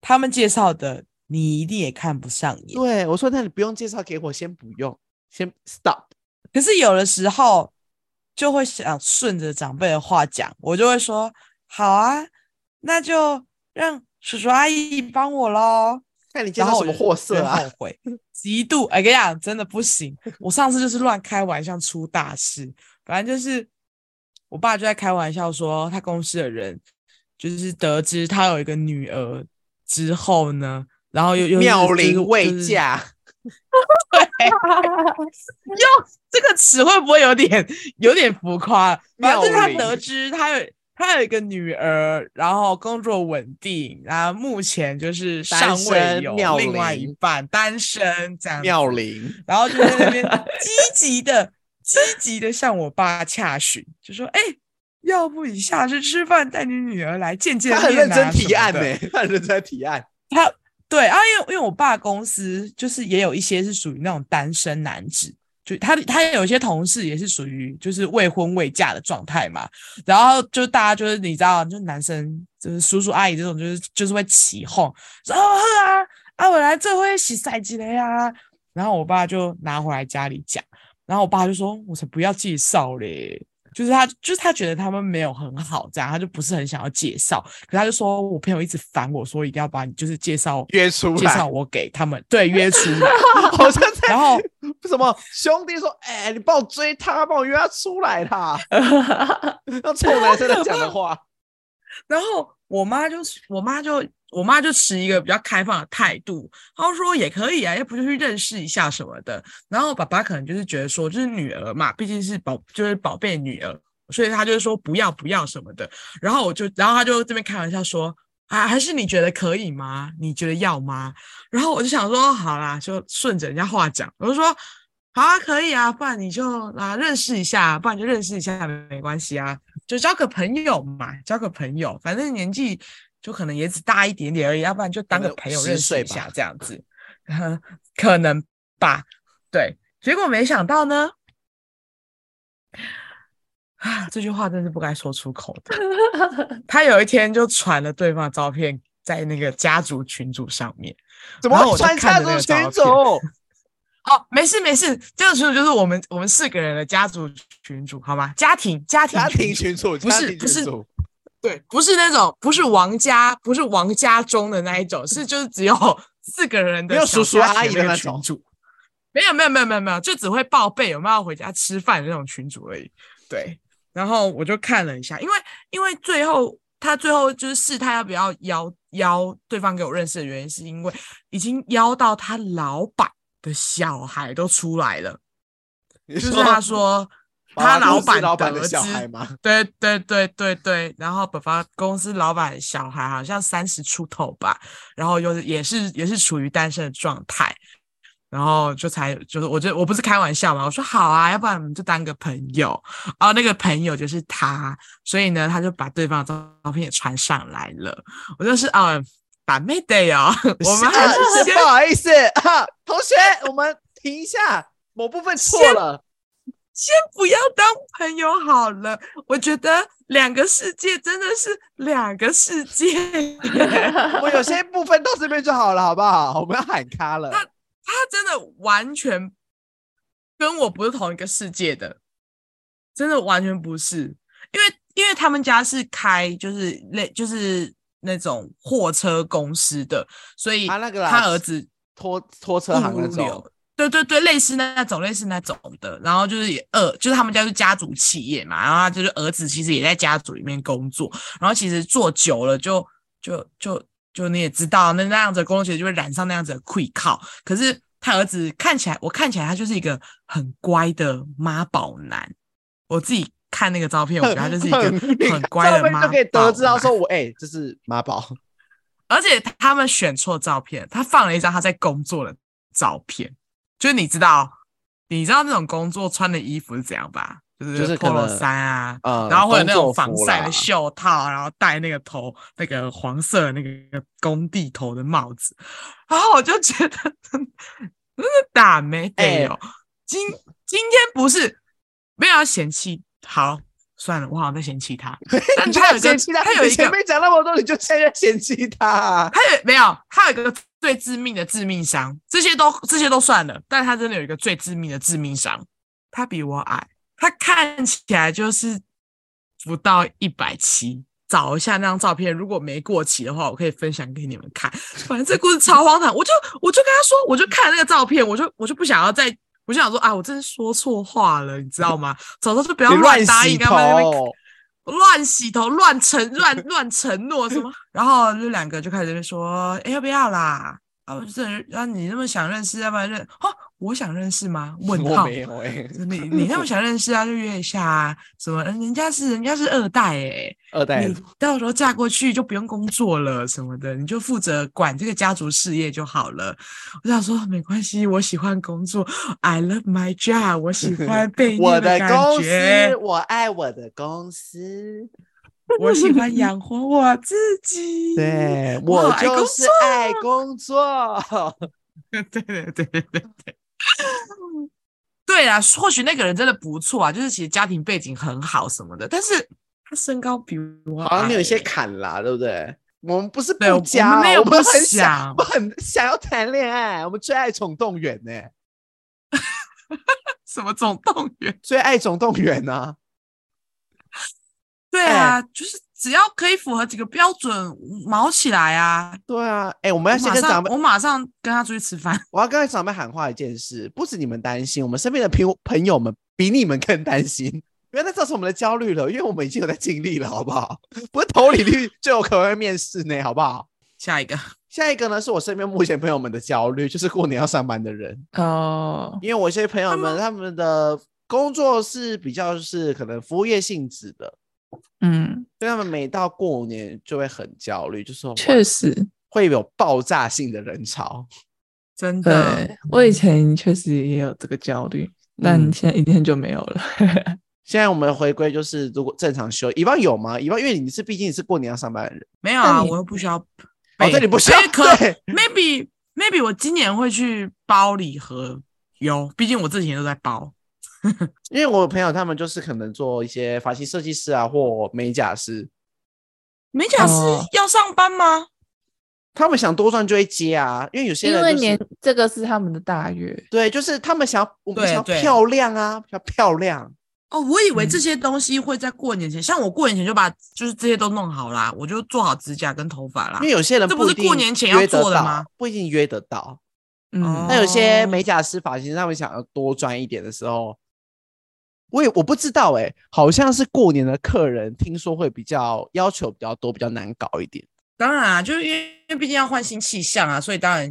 Speaker 2: 他们介绍的你一定也看不上眼。
Speaker 1: 对我说，那你不用介绍给我，先不用，先 stop。
Speaker 2: 可是有的时候就会想顺着长辈的话讲，我就会说好啊，那就让叔叔阿姨帮我喽。
Speaker 1: 看你介
Speaker 2: 然
Speaker 1: 绍
Speaker 2: 后
Speaker 1: 什么
Speaker 2: 我就
Speaker 1: 货色啊
Speaker 2: 就？后悔，极度。哎，跟你讲，真的不行。我上次就是乱开玩笑出大事，反正就是我爸就在开玩笑说，他公司的人就是得知他有一个女儿之后呢，然后又又是
Speaker 1: 妙
Speaker 2: 就是嗯
Speaker 1: 龄
Speaker 2: 就
Speaker 1: 未
Speaker 2: 是
Speaker 1: 嫁。
Speaker 2: 这个词会不会有点有点浮夸？反正就是
Speaker 1: 妙
Speaker 2: 他
Speaker 1: 龄
Speaker 2: 得知他有他有一个女儿，然后工作稳定，然后目前就是
Speaker 1: 单
Speaker 2: 尚
Speaker 1: 身
Speaker 2: 未有
Speaker 1: 妙
Speaker 2: 另外一
Speaker 1: 龄
Speaker 2: 半，单身这样子。
Speaker 1: 妙 龄，
Speaker 2: 然后就在那边积极的、积极的向我爸洽询，就说：“哎、要不你下次吃饭带你女儿来见见
Speaker 1: 他很
Speaker 2: 面、啊、
Speaker 1: 认真
Speaker 2: 什
Speaker 1: 提
Speaker 2: 么
Speaker 1: 案呢、
Speaker 2: 的
Speaker 1: 他很认真在提案。
Speaker 2: 对啊，因为因为我爸公司就是也有一些是属于那种单身男子，就他他有一些同事也是属于就是未婚未嫁的状态嘛，然后就大家就是你知道，就是男生就是叔叔阿姨这种就是就是会起哄说哦呵啊啊我来这会洗赛季了呀，啊然后我爸就拿回来家里讲，然后我爸就说我才不要介绍嘞。就是他，就是他觉得他们没有很好，这样他就不是很想要介绍。可他就说，我朋友一直烦我说，一定要把你就是介绍
Speaker 1: 约出
Speaker 2: 介绍
Speaker 1: 来，
Speaker 2: 我给他们，对，约出 来。
Speaker 1: 好像在
Speaker 2: 然后
Speaker 1: 什么兄弟说：“哎、你帮我追他，帮我约他出来啦。”那臭男生在讲的话，
Speaker 2: 然后我妈就我妈就我妈就持一个比较开放的态度，她就说也可以啊，要不就去认识一下什么的。然后爸爸可能就是觉得说，就是女儿嘛，毕竟是宝就是宝贝女儿，所以他就说不要不要什么的。然后我就然后他就这边开玩笑说。啊，还是你觉得可以吗？你觉得要吗？然后我就想说，好啦，就顺着人家话讲，我就说，好啊，可以啊，不然你就啊认识一下，不然你就认识一下，没关系啊。就交个朋友嘛，交个朋友，反正年纪就可能也只大一点点而已，要不然就当个
Speaker 1: 能
Speaker 2: 朋友
Speaker 1: 10
Speaker 2: 认识
Speaker 1: 岁
Speaker 2: 一
Speaker 1: 吧
Speaker 2: 下这样子，可能吧。对，结果没想到呢，啊，这句话真是不该说出口的。他有一天就传了对方的照片在那个家族群组上面。
Speaker 1: 怎么
Speaker 2: 然后我
Speaker 1: 会
Speaker 2: 就
Speaker 1: 穿
Speaker 2: 看
Speaker 1: 家
Speaker 2: 着
Speaker 1: 族
Speaker 2: 那个
Speaker 1: 群
Speaker 2: 照片
Speaker 1: 组？
Speaker 2: 哦，没事没事，家族群组就是我们我们四个人的家族群组，好吗？家庭家庭
Speaker 1: 家
Speaker 2: 群
Speaker 1: 庭
Speaker 2: 组
Speaker 1: 群组
Speaker 2: 不
Speaker 1: 家
Speaker 2: 是
Speaker 1: 庭
Speaker 2: 不
Speaker 1: 群
Speaker 2: 是
Speaker 1: 组
Speaker 2: 对，不是那种不是王家不是王家中的那一种，是就是只有 四个人的
Speaker 1: 没有叔
Speaker 2: 小
Speaker 1: 叔
Speaker 2: 家
Speaker 1: 阿
Speaker 2: 庭
Speaker 1: 姨的
Speaker 2: 个
Speaker 1: 那
Speaker 2: 群
Speaker 1: 种
Speaker 2: 组。没有没有没有没有没有，就只会报备有没有要回家吃饭的那种群主而已。对，然后我就看了一下，因为因为最后他最后就是试探要不要邀邀对方给我认识的原因，是因为已经邀到他老板的小孩都出来 了，
Speaker 1: 你
Speaker 2: 就是
Speaker 1: 说
Speaker 2: 他说
Speaker 1: 宝
Speaker 2: 他
Speaker 1: 拉公司
Speaker 2: 板
Speaker 1: 老板
Speaker 2: 得
Speaker 1: 的小
Speaker 2: 知
Speaker 1: 孩吗？
Speaker 2: 对对对对对，然后本方公司老板的小孩好像三十出头吧，然后又是也是也是处于单身的状态，然后就才就是我就我不是开玩笑嘛，我说好啊，要不然我们就当个朋友，哦，那个朋友就是他，所以呢他就把对方的照片也传上来了，我就是啊。把妹的哦， 我们还是先
Speaker 1: 啊不好意思啊，同学，我们停一下，某部分错了。
Speaker 2: 先不要当朋友好了，我觉得两个世界真的是两个世界耶。
Speaker 1: 我们有些部分到这边就好了，好不好？我们要喊卡 了。
Speaker 2: 他真的完全跟我不是同一个世界的，真的完全不是，因为因为他们家是开就是类就是那种货车公司的，所以
Speaker 1: 他啊那个啦
Speaker 2: 他儿子
Speaker 1: 拖拖车行那
Speaker 2: 物
Speaker 1: 种
Speaker 2: 流，对对对，类似那种类似那种的，然后就是也呃，就是他们家是家族企业嘛，然后他就是儿子其实也在家族里面工作，然后其实做久了就就就就你也知道，那那样子的工作其实就会染上那样子的愧靠。可是他儿子看起来，我看起来他就是一个很乖的妈宝男，我自己看那个照片，我觉得他就是一个很乖
Speaker 1: 照
Speaker 2: 的
Speaker 1: 片
Speaker 2: 妈
Speaker 1: 就
Speaker 2: 宝
Speaker 1: 可以得知到
Speaker 2: 男
Speaker 1: 说，我哎，这是妈宝，
Speaker 2: 而且他们选错照片，他放了一张他在工作的照片，就是你知道，你知道那种工作穿的衣服是怎样吧？就是
Speaker 1: 就是可
Speaker 2: polo
Speaker 1: 能
Speaker 2: 衫啊，
Speaker 1: 呃
Speaker 2: 然后会有那种
Speaker 1: 工作
Speaker 2: 防
Speaker 1: 服
Speaker 2: 晒的
Speaker 1: 啦
Speaker 2: 袖套，然后戴那个头那个黄色的那个工地头的帽子，然后我就觉得 真的打没得
Speaker 1: 哎
Speaker 2: 有。哦今今天不是没有要嫌弃，好算了，我好像在嫌弃他，但
Speaker 1: 你就
Speaker 2: 他
Speaker 1: 要
Speaker 2: 有一个
Speaker 1: 嫌弃他。
Speaker 2: 他有
Speaker 1: 你
Speaker 2: 一个
Speaker 1: 前面讲那么多，你就现在嫌弃他 啊。
Speaker 2: 他有没有？他有一个最致命的致命伤，这些都这些都算了，但他真的有一个最致命的致命伤，他比我矮，他看起来就是不到一百七。找一下那张照片，如果没过期的话，我可以分享给你们看。反正这故事超荒唐，我就我就跟他说，我就看了那个照片，我就我就不想要再，我就想说啊，我真是说错话了，你知道吗？早知道就不要
Speaker 1: 你
Speaker 2: 乱
Speaker 1: 乱
Speaker 2: 答
Speaker 1: 洗
Speaker 2: 应他们那边
Speaker 1: 头，
Speaker 2: 乱洗头、乱承、乱乱承诺什 么，然后就两个就开始在那边说，哎、要不要啦？啊，不是，啊，你那么想认识，要不然认哦，我想认识吗？ 问
Speaker 1: 我
Speaker 2: 号。
Speaker 1: 没有哎，
Speaker 2: 你你那么想认识啊，就约一下啊，什么？人家是人家是二代哎、
Speaker 1: 二代
Speaker 2: 你到时候嫁过去就不用工作了什么的，你就负责管这个家族事业就好了。我想说没关系，我喜欢工作，I love my job，我喜欢被 虐
Speaker 1: 我
Speaker 2: 的
Speaker 1: 的
Speaker 2: 感
Speaker 1: 公
Speaker 2: 觉
Speaker 1: 司，我爱我的公 司，
Speaker 2: 我 喜欢养活我自己。
Speaker 1: 对
Speaker 2: 我好
Speaker 1: 我
Speaker 2: 爱工
Speaker 1: 就是爱工作。
Speaker 2: 对对对对对对。对啊，或许那个人真的不错啊，就是其实家庭背景很好什么的，但是他身高比我
Speaker 1: 好像你有一些
Speaker 2: 矮欸
Speaker 1: 砍啦，对不对？我们不是
Speaker 2: 对我
Speaker 1: 不讲，
Speaker 2: 们没有
Speaker 1: 我们
Speaker 2: 不
Speaker 1: 很
Speaker 2: 想
Speaker 1: 我们很想要谈恋爱，我们最爱总动员呢、
Speaker 2: 什么总动员。
Speaker 1: 最爱总动员呢、啊。
Speaker 2: 对
Speaker 1: 哎
Speaker 2: 啊，就是只要可以符合几个标准，毛起来啊！
Speaker 1: 对啊，哎、我们
Speaker 2: 我
Speaker 1: 要先
Speaker 2: 马
Speaker 1: 跟长
Speaker 2: 上
Speaker 1: 辈，
Speaker 2: 我马上跟他出去吃饭。
Speaker 1: 我要跟长辈喊话一件事，不止你们担心，我们身边的朋朋友们比你们更担心，不要再造成我们的焦虑了，因为我们已经有在尽力了，好不好？ 不是投履历就有可能会面试呢，好不好？
Speaker 2: 下一个，
Speaker 1: 下一个呢，是我身边目前朋友们的焦虑，就是过年要上班的人，
Speaker 3: 哦，
Speaker 1: 因为我一些朋友们他们的工作是比较是可能服务业性质的，
Speaker 3: 嗯，
Speaker 1: 所以他们每到过年就会很焦虑，就是说
Speaker 3: 确实，
Speaker 1: 会有爆炸性的人潮。
Speaker 2: 真
Speaker 3: 对
Speaker 2: 的，
Speaker 3: 我以前确实也有这个焦虑，但
Speaker 1: 嗯
Speaker 3: 现在已经很久没有了。
Speaker 1: 现在我们回归就是，如果正常休，以往有吗？以往因为你是毕竟你是过年要上班的人，
Speaker 2: 没有啊，
Speaker 3: 那你
Speaker 2: 我又不需要背。
Speaker 1: 哦，对，你不需要
Speaker 2: 哎可
Speaker 1: 对
Speaker 2: maybe maybe 我今年会去包礼盒有，毕竟我这几年都在包。
Speaker 1: 因为我朋友他们就是可能做一些发型设计师啊或美甲师，
Speaker 2: 美甲师
Speaker 3: 哦
Speaker 2: 要上班吗？
Speaker 1: 他们想多赚就会接啊，因为有些
Speaker 3: 因
Speaker 1: 人、
Speaker 3: 为
Speaker 1: 就是、
Speaker 3: 年这个是他们的大月，
Speaker 1: 对，就是他们想要我们
Speaker 2: 对
Speaker 1: 想要
Speaker 2: 对
Speaker 1: 漂亮啊，要漂亮，
Speaker 2: 哦，我以为
Speaker 3: 嗯
Speaker 2: 这些东西会在过年前，像我过年前就把就是这些都弄好啦，我就做好指甲跟头发啦
Speaker 1: 因为。有些人
Speaker 2: 啊这不
Speaker 1: 一
Speaker 2: 是
Speaker 1: 定
Speaker 2: 过年前要
Speaker 1: 约得
Speaker 2: 做的
Speaker 1: 到
Speaker 2: 吗？
Speaker 1: 不一定约得到。
Speaker 3: 嗯，
Speaker 1: 那有些
Speaker 2: 哦
Speaker 1: 美甲师、发型师他们想要多赚一点的时候，我也我不知道哎、好像是过年的客人听说会比较要求比较多，比较难搞一点。
Speaker 2: 当然啊，就是因为因为毕竟要换新气象啊，所以当然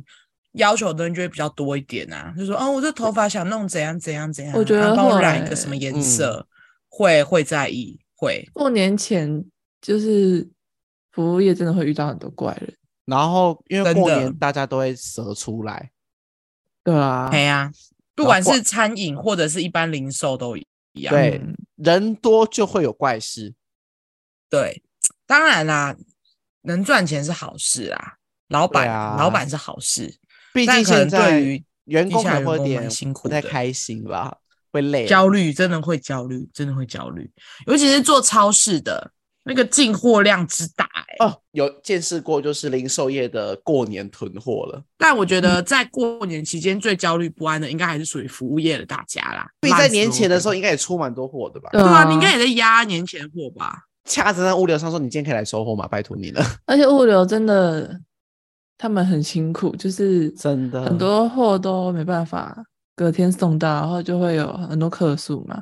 Speaker 2: 要求的人就会比较多一点啊。就说哦，我这头发想弄怎样怎样怎样，
Speaker 3: 我觉
Speaker 2: 然后
Speaker 3: 得
Speaker 2: 帮我
Speaker 3: 会
Speaker 2: 染一个什么颜
Speaker 1: 嗯
Speaker 2: 色，会会在意，会
Speaker 3: 过年前就是服务业真的会遇到很多怪人，
Speaker 1: 然后因为
Speaker 2: 真
Speaker 1: 过
Speaker 2: 的
Speaker 1: 年大家都会折出来，
Speaker 3: 对啊，
Speaker 2: 哎呀、不
Speaker 1: 然后
Speaker 2: 管
Speaker 1: 怪
Speaker 2: 是餐饮或者是一般零售都一样。
Speaker 1: 对
Speaker 3: 嗯
Speaker 1: 人多就会有怪事。
Speaker 2: 对，当然啦，能赚钱是好事啊，老
Speaker 1: 对
Speaker 2: 板、
Speaker 1: 啊
Speaker 2: 老板是好事，
Speaker 1: 毕
Speaker 2: 但
Speaker 1: 竟
Speaker 2: 可
Speaker 1: 现
Speaker 2: 能
Speaker 1: 在
Speaker 2: 对于
Speaker 1: 员
Speaker 2: 地
Speaker 1: 工可
Speaker 2: 下
Speaker 1: 能会
Speaker 2: 员
Speaker 1: 有
Speaker 2: 工蛮
Speaker 1: 点
Speaker 2: 辛
Speaker 1: 不
Speaker 2: 苦
Speaker 1: 太
Speaker 2: 的
Speaker 1: 开心吧，会累。
Speaker 2: 焦虑真的会焦虑，真的会焦虑，尤其是做超市的那个进货量之大、欸，
Speaker 1: 哦，有见识过就是零售业的过年囤货了。
Speaker 2: 但我觉得在过年期间最焦虑不安的，应该还是属于服务业的大家啦。
Speaker 1: 所以
Speaker 2: 烂
Speaker 1: 在
Speaker 2: 死
Speaker 1: 年
Speaker 2: 我
Speaker 1: 前的时候嗯
Speaker 2: 了，
Speaker 1: 应该也出蛮多货的吧？
Speaker 3: 对
Speaker 2: 对啊，
Speaker 3: 啊，
Speaker 2: 你应该也在压年前货吧？
Speaker 1: 掐着那物流商说：“你今天可以来收货吗？拜托你了。
Speaker 3: 而且物流真的他们很辛苦，就是”
Speaker 1: 真的
Speaker 3: 很多货都没办法隔天送到，然后就会有很多客诉嘛。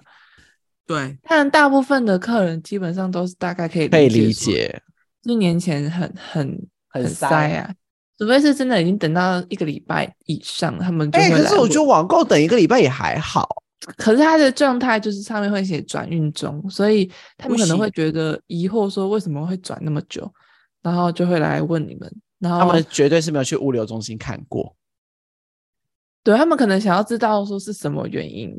Speaker 2: 对，
Speaker 3: 但大部分的客人基本上都是大概可以
Speaker 1: 可以
Speaker 3: 解
Speaker 1: 理
Speaker 3: 说，
Speaker 1: 解，
Speaker 3: 就是年前很很
Speaker 1: 很
Speaker 3: 塞
Speaker 1: 塞
Speaker 3: 啊，除非是真的已经等到一个礼拜以上，他们就
Speaker 1: 哎、
Speaker 3: 会来问。
Speaker 1: 可
Speaker 3: 哦
Speaker 1: 是我觉得网购等一个礼拜也还好，
Speaker 3: 可是他的状态就是上面会写转运中，所以他们
Speaker 2: 不
Speaker 3: 可能
Speaker 2: 行
Speaker 3: 会觉得疑惑，说为什么会转那么久，然后就会来问你们，然后
Speaker 1: 他们绝对是没有去物流中心看过。
Speaker 3: 对他们可能想要知道说是什么原因，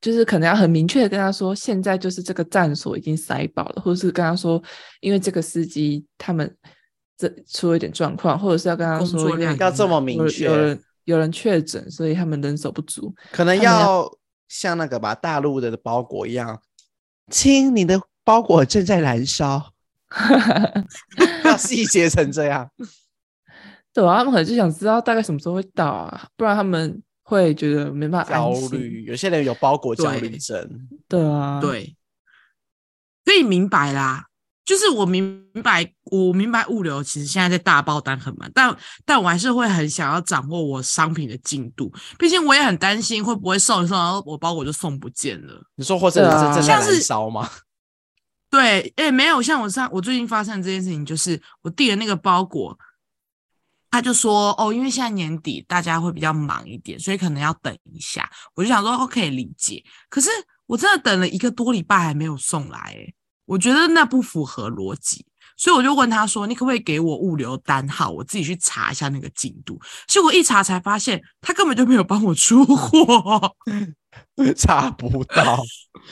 Speaker 3: 就是可能要很明确的跟他说，现在就是这个站所已经塞爆了，或者是跟他说，因为这个司机他们这出了一点状况，或者是要跟他
Speaker 2: 工
Speaker 3: 说
Speaker 2: 作
Speaker 3: 因
Speaker 2: 量
Speaker 3: 为
Speaker 1: 要这么明
Speaker 3: 有有
Speaker 1: 确，
Speaker 3: 人有人确诊，所以他们人手不足。
Speaker 1: 可能
Speaker 3: 他们
Speaker 1: 要像那个吧，大陆的包裹一样，亲，你的包裹正在燃 烧，要细节成这 样。
Speaker 3: 对啊，他们可能就想知道大概什么时候会到啊，不然他们会觉得没办法
Speaker 1: 焦
Speaker 3: 安心。
Speaker 1: 虑，有些人有包裹焦虑
Speaker 2: 对
Speaker 1: 症，
Speaker 3: 对啊，，
Speaker 2: 对，可以明白啦。就是我明白，我明白物流其实现在在大爆单很忙，但但我还是会很想要掌握我商品的进度，毕竟我也很担心会不会送一送，然后我包裹就送不见了。
Speaker 1: 你说或者
Speaker 3: 对
Speaker 1: 是
Speaker 3: 啊
Speaker 1: 正在
Speaker 2: 像是
Speaker 1: 燃烧吗？
Speaker 2: 对，哎、没有，像我上我最近发生的这件事情，就是我订的那个包裹，他就说哦，因为现在年底大家会比较忙一点，所以可能要等一下。我就想说，哦，可以理解。可是我真的等了一个多礼拜还没有送来、诶我觉得那不符合逻辑，所以我就问他说，你可不可以给我物流单号，我自己去查一下那个进度？结果一查才发现，他根本就没有帮我出货。
Speaker 1: 查不 到，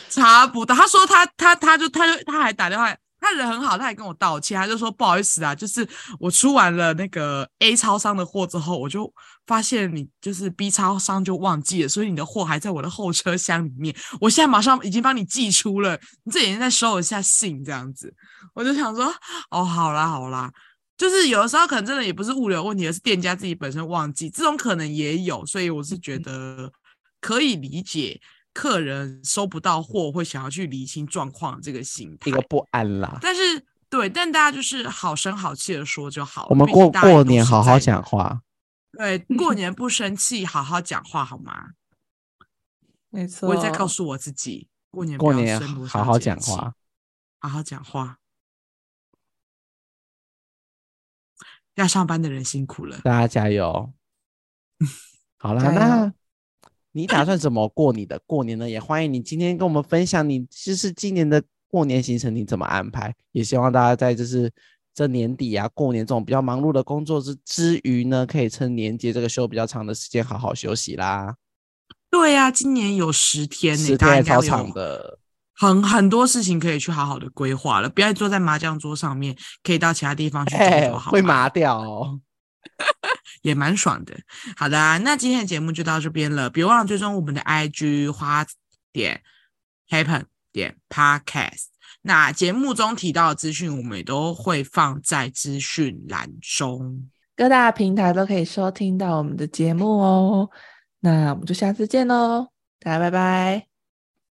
Speaker 2: 查不到。他说他他他就他就他还打电话，他人很好，他还跟我道歉，他就说不好意思啊，就是我出完了那个 A 超商的货之后，我就发现你就是 B 超商就忘记了，所以你的货还在我的后车厢里面，我现在马上已经帮你寄出了，你这已经在收一下信这样子。我就想说，哦，好啦好啦。就是有的时候可能真的也不是物流问题，而是店家自己本身忘记，这种可能也有，所以我是
Speaker 1: 嗯
Speaker 2: 觉得可以理解客人收不到货会想要去厘清状况这个心态
Speaker 1: 一个。不安啦。
Speaker 2: 但是对，但大家就是好声好气的说就好了。
Speaker 1: 我们
Speaker 2: 毕竟
Speaker 1: 过
Speaker 2: 大家
Speaker 1: 过
Speaker 2: 都
Speaker 1: 年
Speaker 2: 是
Speaker 1: 好好
Speaker 2: 在，
Speaker 1: 讲话，
Speaker 2: 对，过年不生气，好好讲话好吗？
Speaker 3: 没错。
Speaker 2: 我也在告诉我自己，过年
Speaker 1: 过
Speaker 2: 不要
Speaker 1: 年
Speaker 2: 生不
Speaker 1: 好
Speaker 2: 上
Speaker 1: 好
Speaker 2: 节
Speaker 1: 讲
Speaker 2: 气
Speaker 1: 话。
Speaker 2: 好好讲话。要上班的人辛苦了。
Speaker 1: 大家加油！好啦，
Speaker 3: 加油
Speaker 1: 那你打算怎么过你的过年呢？也欢迎你今天跟我们分享你就是今年的过年行程你怎么安排，也希望大家在就是这年底啊过年这种比较忙碌的工作之之余呢，可以趁年节这个休比较长的时间好好休息啦，
Speaker 2: 对呀、今年有十天呢、
Speaker 1: 十天
Speaker 2: 大家应该
Speaker 1: 超
Speaker 2: 有
Speaker 1: 长的。
Speaker 2: 很很多事情可以去好好的规划了，不要坐 在麻将桌上面，可以到其他地方去走
Speaker 1: 哎、
Speaker 2: 走好吗
Speaker 1: 会麻掉、哦，
Speaker 2: 也蛮爽的。好的啊，那今天的节目就到这边了，别忘了追踪我们的 IG 花点 happen 点 podcast。那节目中提到的资讯，我们也都会放在资讯栏中。
Speaker 3: 各大平台都可以收听到我们的节目哦。那我们就下次见喽，大家拜拜。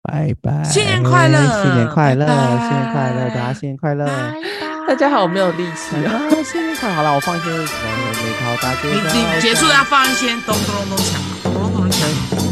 Speaker 1: 拜拜，
Speaker 2: 新年快乐
Speaker 1: 嗯新年快乐，
Speaker 2: 拜拜
Speaker 1: 新年快乐，大家新年快乐，
Speaker 4: 拜
Speaker 3: 大家好，我没有力气
Speaker 1: 啊
Speaker 3: 哦。，
Speaker 1: 新年快乐！好了，我放一些什么梅桃大街
Speaker 2: 你你结束要放一些咚咚咚咚锵，咚咚咚锵。